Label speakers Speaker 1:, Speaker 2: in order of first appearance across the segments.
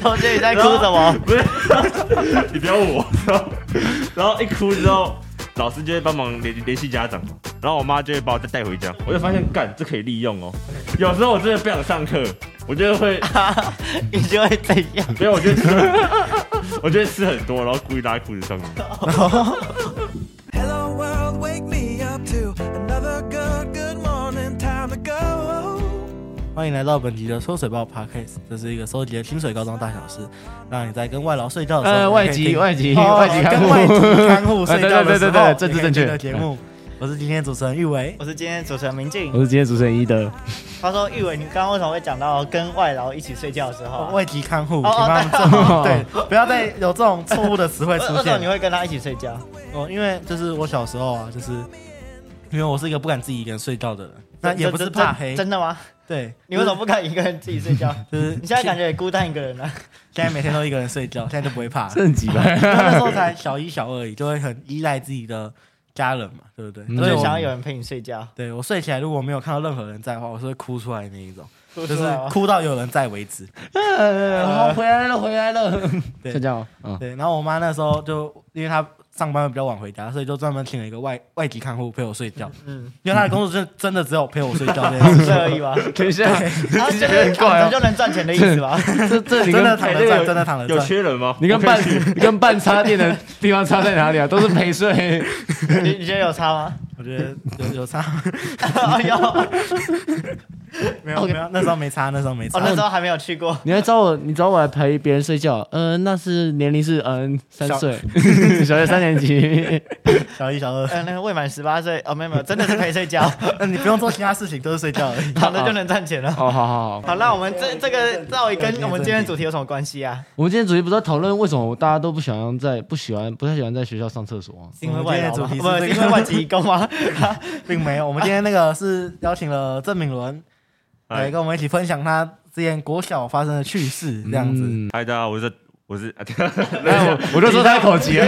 Speaker 1: 同学你在哭什么？
Speaker 2: 不是，你不要问我。然后，然后一哭之后，老师就会帮忙联联系家长嘛，然后我妈就会把我再带回家。我就发现，干这可以利用哦。有时候我真的不想上课，我就会，
Speaker 1: 你就会怎样？
Speaker 2: 没有，我就会吃， 我就会吃很多，然后故意拉裤子上来。
Speaker 3: Hello world, wake me up to another good, good morning, time to go.
Speaker 4: 欢迎来到本集的抽水报 Podcast，这是一个收集的清水高中大小事，让你在跟外劳睡觉的时候，
Speaker 5: 呃，外籍外籍外籍看
Speaker 4: 哦跟
Speaker 5: 护，
Speaker 4: 外籍看护睡觉的时候，
Speaker 5: 对对对对对政治正确
Speaker 4: 你可以听的节目。我是今天主持人玉维，
Speaker 1: 我是今天主持人明静
Speaker 5: 我。是今天主持人一 德，
Speaker 1: 他说：“玉伟，你刚刚为什么会讲到跟外劳一起睡觉的时候啊、
Speaker 4: 外籍看护，请
Speaker 1: 哦
Speaker 4: 帮我们做
Speaker 5: 哦
Speaker 4: 对，不要再有这种错误的词
Speaker 1: 为
Speaker 4: 汇出
Speaker 1: 为什么你
Speaker 4: 现。
Speaker 1: 会跟他一起睡觉？
Speaker 4: 哦，因为就是我小时候啊，就是因为我是一个不敢自己一个人睡觉的人，那
Speaker 1: 真
Speaker 4: 也不是
Speaker 1: 真
Speaker 4: 怕
Speaker 1: 真
Speaker 4: 黑，
Speaker 1: 真的吗？
Speaker 4: 对，
Speaker 1: 你为什么不敢一个人自己睡觉？
Speaker 4: 就是
Speaker 1: 你现在感觉也孤单一个人了、
Speaker 4: 现在每天都一个人睡觉，现在就不会 怕了。
Speaker 5: 正几 吧？
Speaker 4: 那时候才小一、小二而已，就会很依赖自己的家人嘛，对不对？
Speaker 5: 嗯
Speaker 1: 所
Speaker 4: 所
Speaker 1: 以
Speaker 4: 以
Speaker 1: 想要
Speaker 4: 我
Speaker 1: 有人陪你睡觉，
Speaker 4: 对我睡起来，如果没有看到任何人在的话，我是会哭出来的那一 种，
Speaker 1: 就
Speaker 4: 就是哭到有人在为 止。
Speaker 5: 然后啊回来了，回来了，
Speaker 4: 对
Speaker 5: 睡觉
Speaker 1: 嗯
Speaker 5: 啊，
Speaker 4: 对，然后我妈那时候就因为她上班比较晚回家，所以就专门请了一个外外籍看护陪我 睡觉，
Speaker 1: 嗯，
Speaker 4: 因为她的工作就真的只有陪我睡觉这件 事
Speaker 1: 这而已吧。
Speaker 5: 等一下，
Speaker 1: 然后
Speaker 5: 听
Speaker 1: 就
Speaker 5: 起
Speaker 1: 是
Speaker 5: 来很
Speaker 1: 躺
Speaker 5: 怪
Speaker 1: 着
Speaker 5: 哦，
Speaker 1: 就能赚钱的意思吧？
Speaker 5: 这这 你
Speaker 4: 真的
Speaker 5: 跟
Speaker 4: 躺
Speaker 2: 哎那
Speaker 4: 着
Speaker 2: 个
Speaker 4: 赚，
Speaker 2: 有
Speaker 4: 真的躺着
Speaker 2: 有
Speaker 4: 赚。
Speaker 2: 缺人吗？
Speaker 5: 你跟半 你跟半插电的地方差在哪里啊？都是陪睡，
Speaker 1: 你你觉得有差吗？
Speaker 4: 我觉得有有差，
Speaker 1: 哎呦，哦，
Speaker 4: 没有没有，那时候没差，那时候没差。
Speaker 1: 哦那时候还没有去过。
Speaker 5: 你来找我，你找我来陪别人睡觉，嗯，那是年龄是嗯三
Speaker 4: 小
Speaker 5: 岁，小 学三年级，
Speaker 4: 小一、小 二，
Speaker 1: 呃，那个未满十八岁哦，没有没有，真的是陪睡觉，
Speaker 4: 那你不用做其他事情，都是睡觉而已。
Speaker 1: 躺着就能赚钱了。
Speaker 5: 哦，好好好，
Speaker 1: 好，那我们这这个到底跟我们今天的主题有什么关系啊？
Speaker 5: 我们今天主题不是要讨论为什么大家都不喜欢在不喜欢不太喜欢在学校上厕所吗？
Speaker 1: 是 因为外劳吗
Speaker 4: 我们今天的主题 是
Speaker 1: 不
Speaker 4: 这
Speaker 1: 是
Speaker 4: 个
Speaker 1: 因为外籍移工吗？
Speaker 4: 并没有，我们今天那个是邀请了郑敏伦
Speaker 2: 哎
Speaker 4: 来跟我们一起分享他之前国小发生的趣事，这样子。
Speaker 5: 嗯
Speaker 2: 嗨，大家好，我是我是，
Speaker 5: 哎我我就说他口急了。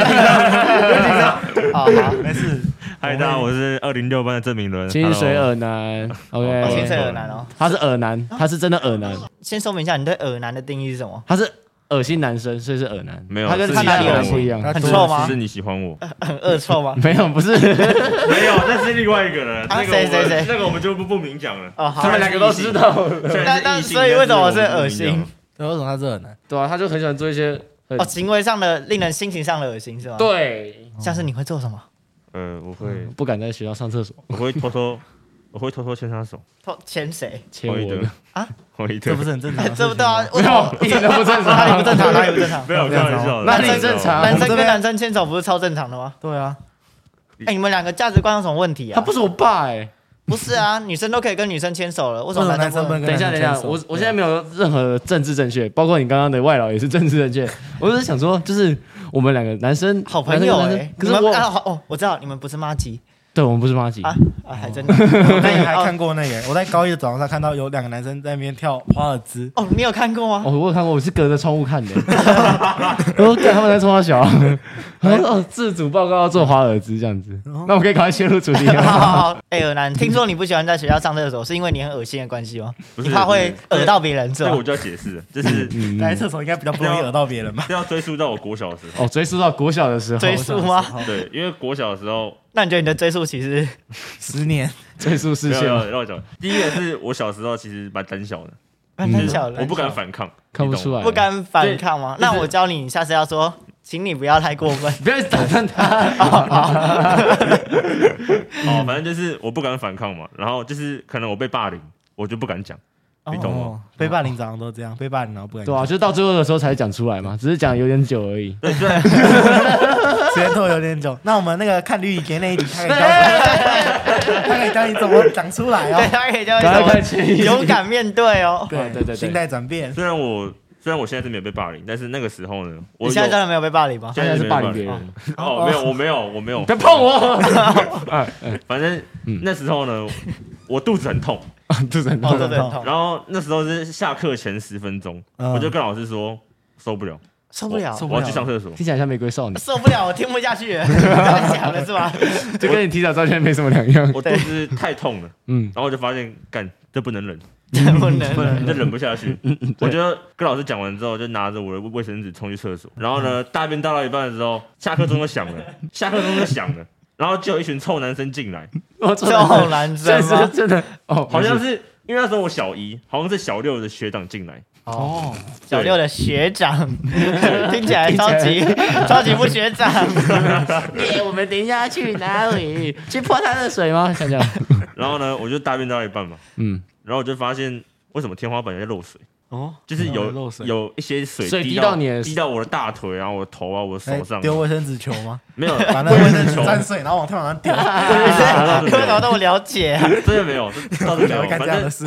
Speaker 1: 好好，
Speaker 4: 没事，
Speaker 2: 嗨，大家好，我是二零六班的郑明伦。
Speaker 5: 清水
Speaker 2: Hello
Speaker 5: 耳男
Speaker 2: 哦
Speaker 1: 我清水
Speaker 5: ，OK，
Speaker 1: 耳男哦。
Speaker 5: 他是耳男，他是真的耳男，
Speaker 1: 先说明一下，你对耳男的定义是什么？
Speaker 5: 他是恶心男生，所以是耳男。
Speaker 2: 没有
Speaker 5: 他跟
Speaker 2: 是
Speaker 5: 其他
Speaker 1: 你喜欢
Speaker 5: 耳男
Speaker 1: 我
Speaker 5: 不一样。
Speaker 4: 他
Speaker 1: 很
Speaker 4: 多
Speaker 1: 臭
Speaker 4: 了
Speaker 1: 吗
Speaker 2: 是你喜欢我？
Speaker 1: 很恶臭吗？
Speaker 5: 没有，不 是，
Speaker 2: 没有，那是另外一个人。
Speaker 1: 啊
Speaker 2: 那个
Speaker 1: 谁
Speaker 2: 我
Speaker 1: 谁
Speaker 2: 们
Speaker 1: 谁
Speaker 2: 那个我们就不不明讲了。
Speaker 1: 哦，好
Speaker 5: 他，们两个都知道了。
Speaker 2: 虽然
Speaker 1: 但
Speaker 2: 是
Speaker 1: 但
Speaker 2: 异性
Speaker 1: 所以为什么我是
Speaker 2: 但是我
Speaker 1: 恶
Speaker 2: 不明讲
Speaker 1: 心？
Speaker 4: 对，为什么他这很难？
Speaker 5: 对啊，他就很喜欢做一些很
Speaker 1: 哦，行为上的令人心情上的恶心是吗？，
Speaker 5: 对，
Speaker 1: 像是你会做什么？
Speaker 2: 呃，我会
Speaker 5: 不敢在学校上厕所，
Speaker 2: 我会偷偷，我会偷偷牵他手，
Speaker 1: 偷牵谁？
Speaker 5: 牵
Speaker 2: 一
Speaker 5: 我
Speaker 2: 的
Speaker 5: 的，
Speaker 1: 啊，
Speaker 2: 我一的
Speaker 4: 这不，是很正常的事情
Speaker 1: 这
Speaker 4: 吗？
Speaker 1: 不对啊，为
Speaker 5: 没
Speaker 1: 什么
Speaker 5: 有，一点都不 正
Speaker 1: 哪里不正
Speaker 5: 常。
Speaker 1: 常？哪里不正常？
Speaker 2: 没有开玩笑的，
Speaker 5: 那你正常
Speaker 1: 男
Speaker 4: 我
Speaker 1: 生
Speaker 4: 这
Speaker 1: 跟
Speaker 4: 边
Speaker 1: 男生牵手不是超正常的吗？
Speaker 4: 对啊，
Speaker 1: 哎，你们两个价值观有什么问题啊？
Speaker 5: 他不是我爸哎。
Speaker 1: 不是啊，女生都可以跟女生牵手了，为
Speaker 4: 为
Speaker 1: 什
Speaker 4: 什
Speaker 1: 么
Speaker 4: 么
Speaker 1: 男
Speaker 4: 男
Speaker 1: 生
Speaker 4: 生
Speaker 1: 不
Speaker 4: 不
Speaker 1: 能
Speaker 4: 能？
Speaker 5: 等一下，等一下，我我现在没有任何政治正确，包括你刚刚的外劳也是政治正 确。我只是想说，就是我们两个男生
Speaker 1: 好朋友
Speaker 5: 男生跟男
Speaker 1: 哎
Speaker 5: 生，可
Speaker 1: 你
Speaker 5: 是
Speaker 1: 们
Speaker 5: 我嗯
Speaker 1: 啊好哦，我知道你们不是妈吉
Speaker 5: 对我们不是妈吉
Speaker 1: 啊啊，还 真的，
Speaker 4: 我那你还
Speaker 1: 哦
Speaker 4: 看过那个？我在高一的早上上看到有两个男生在那边跳华尔兹，
Speaker 1: 哦，你有看过吗？
Speaker 5: 哦，我有看过，我是隔着窗户 看的。我说干他们在冲他小， 然后说哦，自主报告要做华尔兹这样子。那我可以赶快切入主题
Speaker 1: 好
Speaker 5: 了。
Speaker 1: 好好，哎，尔南，听说你不喜欢在学校上厕所，是因为你很恶心的关系吗？
Speaker 2: 不是
Speaker 1: 你怕会恶到别人是
Speaker 2: 这个
Speaker 1: 吧
Speaker 2: 我？就要解释了，就是
Speaker 5: 嗯
Speaker 4: 在厕所应该比较不容易惹到 别人吧？
Speaker 2: 这要追溯到我国小的时候。
Speaker 5: 哦，追溯到国小的时候，
Speaker 1: 追溯吗？
Speaker 2: 对，因为国小的时候，
Speaker 1: 那你觉得你的追溯其实
Speaker 4: 十年，
Speaker 5: 追溯视
Speaker 2: 没有没
Speaker 5: 线
Speaker 2: 有
Speaker 5: 吗，
Speaker 2: 让我讲。第一个是我小时候其实蛮胆小的，
Speaker 1: 蛮胆小的？
Speaker 2: 嗯我不敢反抗，
Speaker 5: 看
Speaker 2: 你
Speaker 5: 不
Speaker 2: 懂
Speaker 5: 出
Speaker 2: 吗。
Speaker 5: 来，
Speaker 1: 不，敢反抗吗？那我教你，你下次要说，请你不要太过分。
Speaker 5: 不要一直打断他。
Speaker 2: 哦，反正就是我不敢反抗嘛，然后就是可能我被霸凌，我就不敢讲，你懂吗？
Speaker 4: 哦？被霸凌早上都这样，被霸凌然后不敢
Speaker 5: 对啊，
Speaker 4: 讲，
Speaker 5: 就到最后的时候才讲出来嘛，只是讲有点久而已。
Speaker 2: 对，虽然
Speaker 4: 时间拖有点久。那我们那个看吕以杰那一集，他可以教你，他可以教你怎么讲出来
Speaker 1: 对，
Speaker 4: 哦。
Speaker 1: 他可以叫
Speaker 5: 赶快
Speaker 1: 你
Speaker 5: 看前一
Speaker 1: 勇敢面对哦。
Speaker 5: 对对对对
Speaker 4: 心态转变。
Speaker 2: 虽然我虽然我现在是没有被霸凌，但是那个时候呢，我
Speaker 1: 你现在
Speaker 2: 有
Speaker 1: 真的没有被霸凌吗？
Speaker 5: 现在是
Speaker 2: 没有
Speaker 5: 霸凌别人，
Speaker 2: 哦，没有，我没有，我没有
Speaker 5: 不，要碰我，
Speaker 2: 反正
Speaker 5: 嗯
Speaker 2: 那时候呢，我肚子很痛，
Speaker 5: 肚子很
Speaker 1: 哦，
Speaker 5: 痛。
Speaker 1: 真的很痛，
Speaker 2: 然后那时候是下课前十分钟，
Speaker 4: 嗯
Speaker 2: 我就跟老师说受不了，
Speaker 1: 受不了，
Speaker 4: 受不
Speaker 2: 我
Speaker 4: 了
Speaker 2: 要去上 厕所。
Speaker 5: 听起来像玫 瑰少女，
Speaker 1: 受不了，我听不下去了， 太假了是吧？
Speaker 5: 就跟你提早照片没什么两样。
Speaker 2: 我肚子太痛了，
Speaker 5: 嗯，
Speaker 2: 然后我就发现干这不能忍，
Speaker 1: 不
Speaker 2: 不
Speaker 1: 能。
Speaker 2: 然就忍不下去。我觉得跟老师讲完之后，就拿着我的卫生纸冲去厕所，然后呢，大便大到一半的时候，下课钟就响了，下课钟就响了，然后就有一群臭男生进来，
Speaker 5: 我
Speaker 1: 这种男生
Speaker 5: 真
Speaker 1: 吗
Speaker 5: 是？真的哦，
Speaker 2: 好像是因为那时候我小一，好像是小六的学长进来，
Speaker 5: 哦，
Speaker 1: 小六的学长， 听起来超级超级不学长。
Speaker 5: 耶我们等一下要去哪里？去泼他的水吗？想想，
Speaker 2: 然后呢，我就大便到一半嘛，
Speaker 5: 嗯，
Speaker 2: 然后我就发现为什么天花板有在漏水。
Speaker 4: 哦，
Speaker 2: 就是有
Speaker 4: 漏水
Speaker 2: 有一些水
Speaker 5: 水
Speaker 2: 滴
Speaker 5: 滴到你的
Speaker 2: 滴到我的大腿啊，我的头啊，我的手上，
Speaker 4: 哎丢卫生纸球吗？
Speaker 2: 没有，
Speaker 4: 把那
Speaker 2: 我
Speaker 4: 个
Speaker 2: 也
Speaker 4: 卫
Speaker 2: 是
Speaker 4: 生纸
Speaker 2: 球
Speaker 4: 沾水，然后往天往上 丢，
Speaker 1: 你为什么那么了解 啊？
Speaker 2: 真的没有，到底没
Speaker 4: 才
Speaker 2: 有
Speaker 4: 会，干
Speaker 2: 反
Speaker 4: 这样的
Speaker 2: 正
Speaker 4: 事。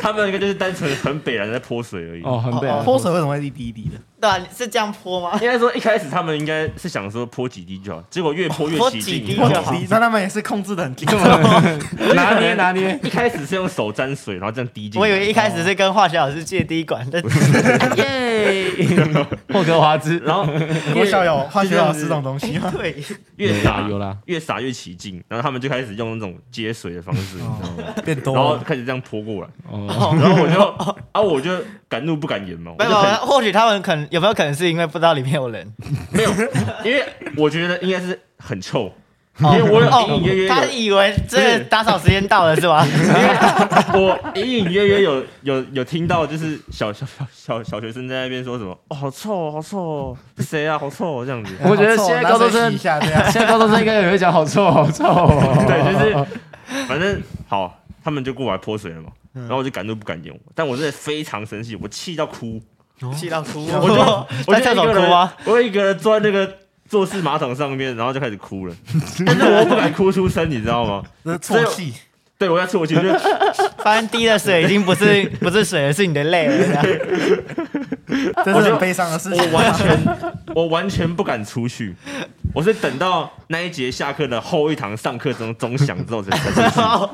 Speaker 2: 他们应该就是单纯很北然地在泼水而已。
Speaker 5: 哦，很对啊，
Speaker 4: 泼水为什么会一滴一滴的？
Speaker 1: 对啊，你是这样泼吗？
Speaker 2: 应该说一开始他们应该是想说泼几滴就好，结果越泼越
Speaker 1: 泼
Speaker 2: 起
Speaker 1: 几
Speaker 2: 劲，
Speaker 1: 滴
Speaker 2: 你知
Speaker 1: 就
Speaker 2: 道
Speaker 1: 好
Speaker 2: 吗
Speaker 1: 好
Speaker 4: 那他们也是控制的很紧。
Speaker 5: 拿捏 拿捏，
Speaker 2: 一开始是用手沾水，然后这样滴进去。
Speaker 1: 我以为一开始是跟化学老师借滴管，但
Speaker 5: 耶，霍格华兹，
Speaker 2: 然后
Speaker 4: 国小有化学老师这种东西吗？
Speaker 1: 对，
Speaker 2: 越撒
Speaker 5: 有啦，
Speaker 2: 越撒越起劲，然后他们就开始用那种接水的方式，你知道吗？
Speaker 4: 变多
Speaker 2: 然后
Speaker 4: 了，
Speaker 2: 开始这样泼过来，
Speaker 5: 哦，
Speaker 2: 然后我就啊，我就敢怒不敢言嘛，
Speaker 1: 没
Speaker 2: 我就
Speaker 1: 有，
Speaker 2: 很
Speaker 1: 或许他们可能有没有可能是因为不知道里面有人？
Speaker 2: 没有，因为我觉得应该是很臭，因
Speaker 1: 哦
Speaker 2: 为我有
Speaker 1: 哦
Speaker 2: 隐隐约约有，
Speaker 1: 他以为这
Speaker 2: 不是
Speaker 1: 打扫时间到了是吧？
Speaker 2: 我隐隐约约有 有有听到，就是小小小小小学生在那边说什么，哦，好臭哦，好臭哦，是谁啊，好臭哦，这样子。
Speaker 4: 哎
Speaker 5: 我觉得
Speaker 4: 啊
Speaker 5: 现在高中
Speaker 4: 拿水
Speaker 5: 生
Speaker 4: 洗一下 这样，
Speaker 5: 啊现在高中生应该也会讲好臭好臭哦，
Speaker 2: 对，就是反正好，他们就过来泼水了嘛，
Speaker 1: 嗯
Speaker 2: 然后我就敢怒不敢言，但我真的非常生气，我气到哭，
Speaker 1: 气到哭，
Speaker 2: 我就我
Speaker 1: 哦在
Speaker 2: 就
Speaker 1: 厕
Speaker 2: 一
Speaker 1: 所
Speaker 2: 个
Speaker 1: 哭
Speaker 2: 人
Speaker 1: 吗？，
Speaker 2: 我一个人坐在那个坐式马桶上面，然后就开始哭了， 但是我又不敢哭出声，你知道吗？
Speaker 4: 这是错气。
Speaker 2: 对，我在啜泣，我就
Speaker 1: 发现滴的水已经不是 不是水了，是你的泪了这样。
Speaker 4: 这是很悲伤的事 情。
Speaker 2: 完 全，我完全不敢出去。我是等到那一节下课的后一堂上课钟钟响之后才才 出去。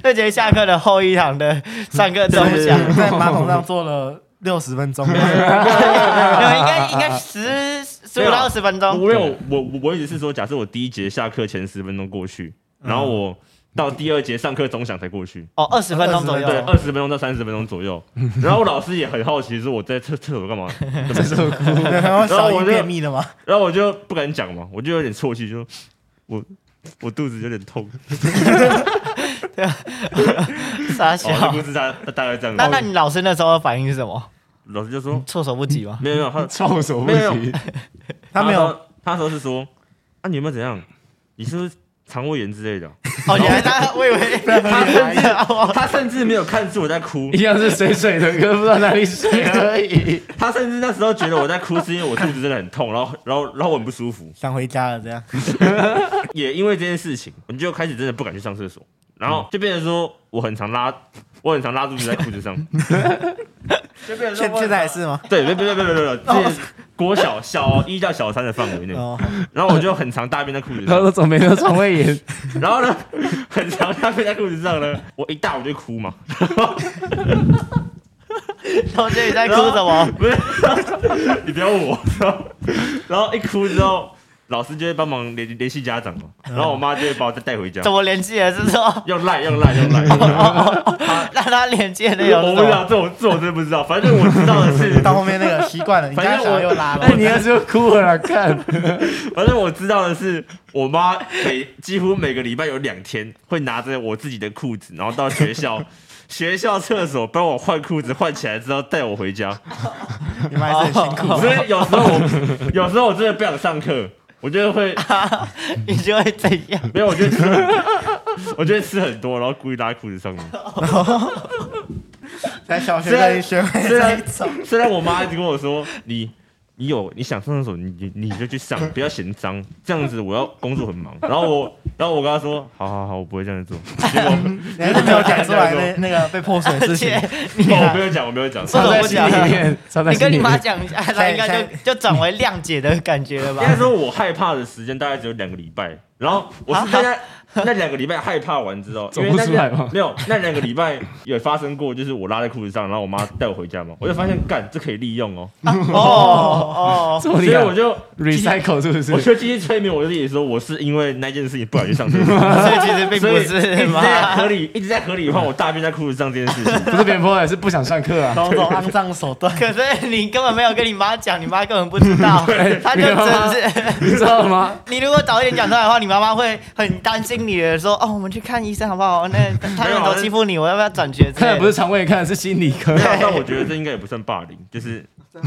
Speaker 1: 那节下课的后一堂的上课钟响，没
Speaker 4: 在马桶上坐了六十分钟，
Speaker 1: 有应该应该十十五到二十分钟。
Speaker 2: 我没有，我我我一直是说，假设我第一节下课前十分钟过去，
Speaker 1: 嗯
Speaker 2: 然后我到第二节上课钟响才过去，
Speaker 1: 哦，二十分钟左右
Speaker 2: 对，
Speaker 4: 20。
Speaker 2: 二十分钟到三十分钟左右。
Speaker 1: 嗯
Speaker 2: 然后我老师也很好奇，说我在厕厕所 干嘛？
Speaker 5: 这 首歌
Speaker 4: 然后小姨便秘了吗？
Speaker 2: 然后我就不敢讲嘛，我就有点啜泣，就说我我肚子有点痛。
Speaker 1: 傻
Speaker 2: 哦，这
Speaker 1: 笑
Speaker 2: 故。事大大大概这样
Speaker 1: 那那
Speaker 2: 子。
Speaker 1: 你老师那时候的反应是什么？
Speaker 2: 老师就说
Speaker 1: 措手不及吗？
Speaker 2: 没有没有，他
Speaker 5: 措手不
Speaker 2: 没有
Speaker 5: 及，
Speaker 4: 他没有，
Speaker 2: 说，他说是说，啊，你有没有怎样？你是不是肠胃炎之类的 啊？
Speaker 1: 哦，原来他，我以为
Speaker 2: 他甚至
Speaker 1: 哦
Speaker 2: 他甚至没有看出我在哭，
Speaker 5: 一样是水水的，可是不知道哪里水而已。
Speaker 2: 他甚至那时候觉得我在哭是因为我肚子真的很痛，然后然后然后我很不舒服，
Speaker 4: 想回家了这样。
Speaker 2: 也因为这件事情，我就开始真的不敢去上厕所，然
Speaker 4: 嗯
Speaker 2: 后就变成说我很常拉，我很常拉肚子在裤子 上，就变成说
Speaker 4: 现
Speaker 2: 我
Speaker 4: 现在还是吗？
Speaker 2: 对，别别别别别别，这是国小小一到小三的范围内，
Speaker 4: 哦，
Speaker 2: 然后我就很常大便在裤子
Speaker 5: 然
Speaker 2: 上
Speaker 5: 后，说怎么没有肠胃炎？
Speaker 2: 然后呢，很常大便在裤子上呢，我一大我就哭嘛，
Speaker 1: 同学哦你在哭什么？
Speaker 2: 不是，你不要问我。 然后，然后一哭之后，老师就会帮忙联联系家长嘛，然后我妈就会把我再带回家
Speaker 1: 嗯怎，么哦联系的？是说
Speaker 2: 用赖用赖用赖。
Speaker 1: 让他连接的有
Speaker 2: 我
Speaker 1: 什
Speaker 2: 不知
Speaker 1: 么？
Speaker 2: 道，这我这我真的不知道，反正我知道的是，
Speaker 4: 到后面那个习惯了，你家小孩又拉了
Speaker 5: 哎，，你儿子又哭了啦，啊看，
Speaker 2: 反正我知道的是，我妈每几乎每个礼拜有两天会拿着我自己的裤子，然后到学校。 学校厕所帮我换裤子，换起来之后带我回家。
Speaker 4: 你们还是很辛 苦。
Speaker 2: 所以有时候我，有时候我真的不想上课，我就会
Speaker 1: 你就会怎样？
Speaker 2: 没有，我觉得吃很，我觉得吃很多，然后故意拉在裤子上面。
Speaker 4: 在小学在学会
Speaker 2: 虽
Speaker 4: 这一
Speaker 2: 然
Speaker 4: 种，
Speaker 2: 虽然我妈一直跟我说，你你有你想上厕所，你你你就去上，不要嫌脏，这样子我要工作很忙。然后我然后我跟她说，好好好，我不会这样做。结果
Speaker 4: 你还是没有讲出来那那个被破水的事
Speaker 1: 而
Speaker 4: 情
Speaker 1: 且。你
Speaker 2: 哦我没有讲，我没有讲。
Speaker 1: 为什
Speaker 5: 藏
Speaker 1: 么
Speaker 5: 在
Speaker 1: 不
Speaker 5: 心
Speaker 1: 讲
Speaker 5: 里面，藏在
Speaker 1: 你
Speaker 5: 心
Speaker 1: 跟
Speaker 5: 里
Speaker 1: 你妈
Speaker 5: 面。
Speaker 1: 讲一下，她应该就就转为谅解的感觉了
Speaker 2: 应该
Speaker 1: 吧？
Speaker 2: 说我害怕的时间大概只有两个礼拜，然后我是在那两个礼拜害怕完之后，
Speaker 5: 走
Speaker 2: 因
Speaker 5: 啊不
Speaker 2: 为那
Speaker 5: 出来吗
Speaker 2: 没有，那两个礼拜有发生过，就是我拉在裤子上，然后我妈带我回家嘛，我就发现干这可以利 用哦，
Speaker 1: 哦哦，
Speaker 5: 这么
Speaker 2: 所
Speaker 5: 厉
Speaker 2: 以
Speaker 5: 害
Speaker 2: 我就继续
Speaker 5: recycle 是不
Speaker 2: 我
Speaker 5: 是？
Speaker 2: 就继续催眠我自己说，我是因为那件事情不小心上 厕所，
Speaker 1: 所以其实并
Speaker 2: 哦 所
Speaker 1: 不
Speaker 2: 以一
Speaker 1: 是
Speaker 2: 直
Speaker 1: 嘛，
Speaker 2: 在合理一直在合理化我大便在裤子上这件 事情。
Speaker 5: 不是别人泼的，是不想上课啊。
Speaker 4: 种种肮脏手段，
Speaker 1: 可是你根本没有跟你妈讲，你妈根本不知道，她就真是。
Speaker 5: 你知道吗？
Speaker 1: 你如果早一点讲出来的话，你妈妈会很担心你的，说哦，我们去看医生好不好？那他们都欺负你，我要不要转学之类的？
Speaker 5: 看来不是肠胃，看来是心理科，
Speaker 2: 没有，但我觉得这应该也不算霸凌，就是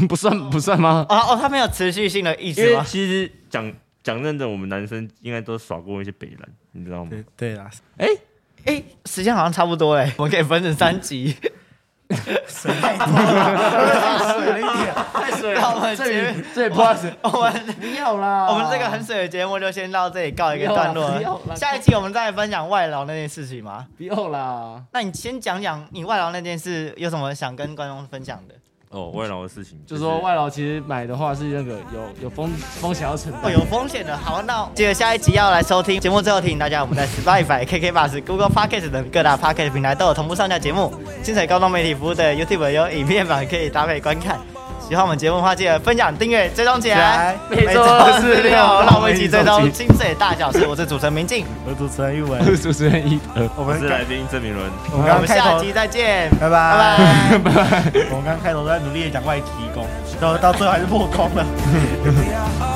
Speaker 5: 不算不算 吗？
Speaker 1: 哦哦，他没有持续性的意
Speaker 2: 因
Speaker 1: 思
Speaker 2: 为
Speaker 1: 吗？
Speaker 2: 其实讲讲认真，我们男生应该都耍过一些北蓝，你知道吗？
Speaker 4: 对对啦，
Speaker 1: 哎、时间好像差不多哎，我们可以分成三集。
Speaker 4: 太多
Speaker 1: 哦
Speaker 4: 了，水了一点，太水
Speaker 1: 那我
Speaker 4: 了。
Speaker 1: 们节目，
Speaker 5: 这 plus
Speaker 1: 我们
Speaker 4: 不要啦
Speaker 1: 我们这个很水的节目就先到这里告一个段落
Speaker 5: 不要啦不要
Speaker 1: 了。
Speaker 5: 啦
Speaker 1: 下一期我们再分享外劳那件事情嘛。
Speaker 5: 不用啦，
Speaker 1: 那你先讲讲你外劳那件事有什么想跟观众分享的？
Speaker 2: 哦，外劳的事情，
Speaker 5: 就说外劳其实买的话是那个有有风风险要承
Speaker 1: 哦，
Speaker 5: 担
Speaker 1: 有。风险的。好，那记得下一集要来收听节目。最后提醒大家，我们在 Spotify、KK Bus、Google Podcast 等各大 Podcast 平台都有同步上架节目。精彩高中媒体服务的 YouTube 有影片版可以搭配观看。喜欢我们节目的话，记得分享、订阅、追踪起来。
Speaker 5: 每周
Speaker 1: 二
Speaker 5: 四六
Speaker 1: 让我们一起追
Speaker 5: 每
Speaker 1: 踪
Speaker 5: 周
Speaker 1: 精粹大小事。我是主持人明静，
Speaker 4: 我是主持人玉文，
Speaker 5: 主持人一德，
Speaker 2: 我
Speaker 4: 我们
Speaker 2: 是来宾郑明伦。
Speaker 4: 我们
Speaker 1: 我
Speaker 4: 刚
Speaker 1: 们
Speaker 4: 开
Speaker 1: 下
Speaker 4: 头，
Speaker 1: 集再见，
Speaker 4: 拜
Speaker 1: 拜
Speaker 4: 拜。
Speaker 1: 拜。
Speaker 5: 拜拜。
Speaker 4: 我们刚开头在努力地讲外提供，然后到最后还是破功了。
Speaker 3: We are all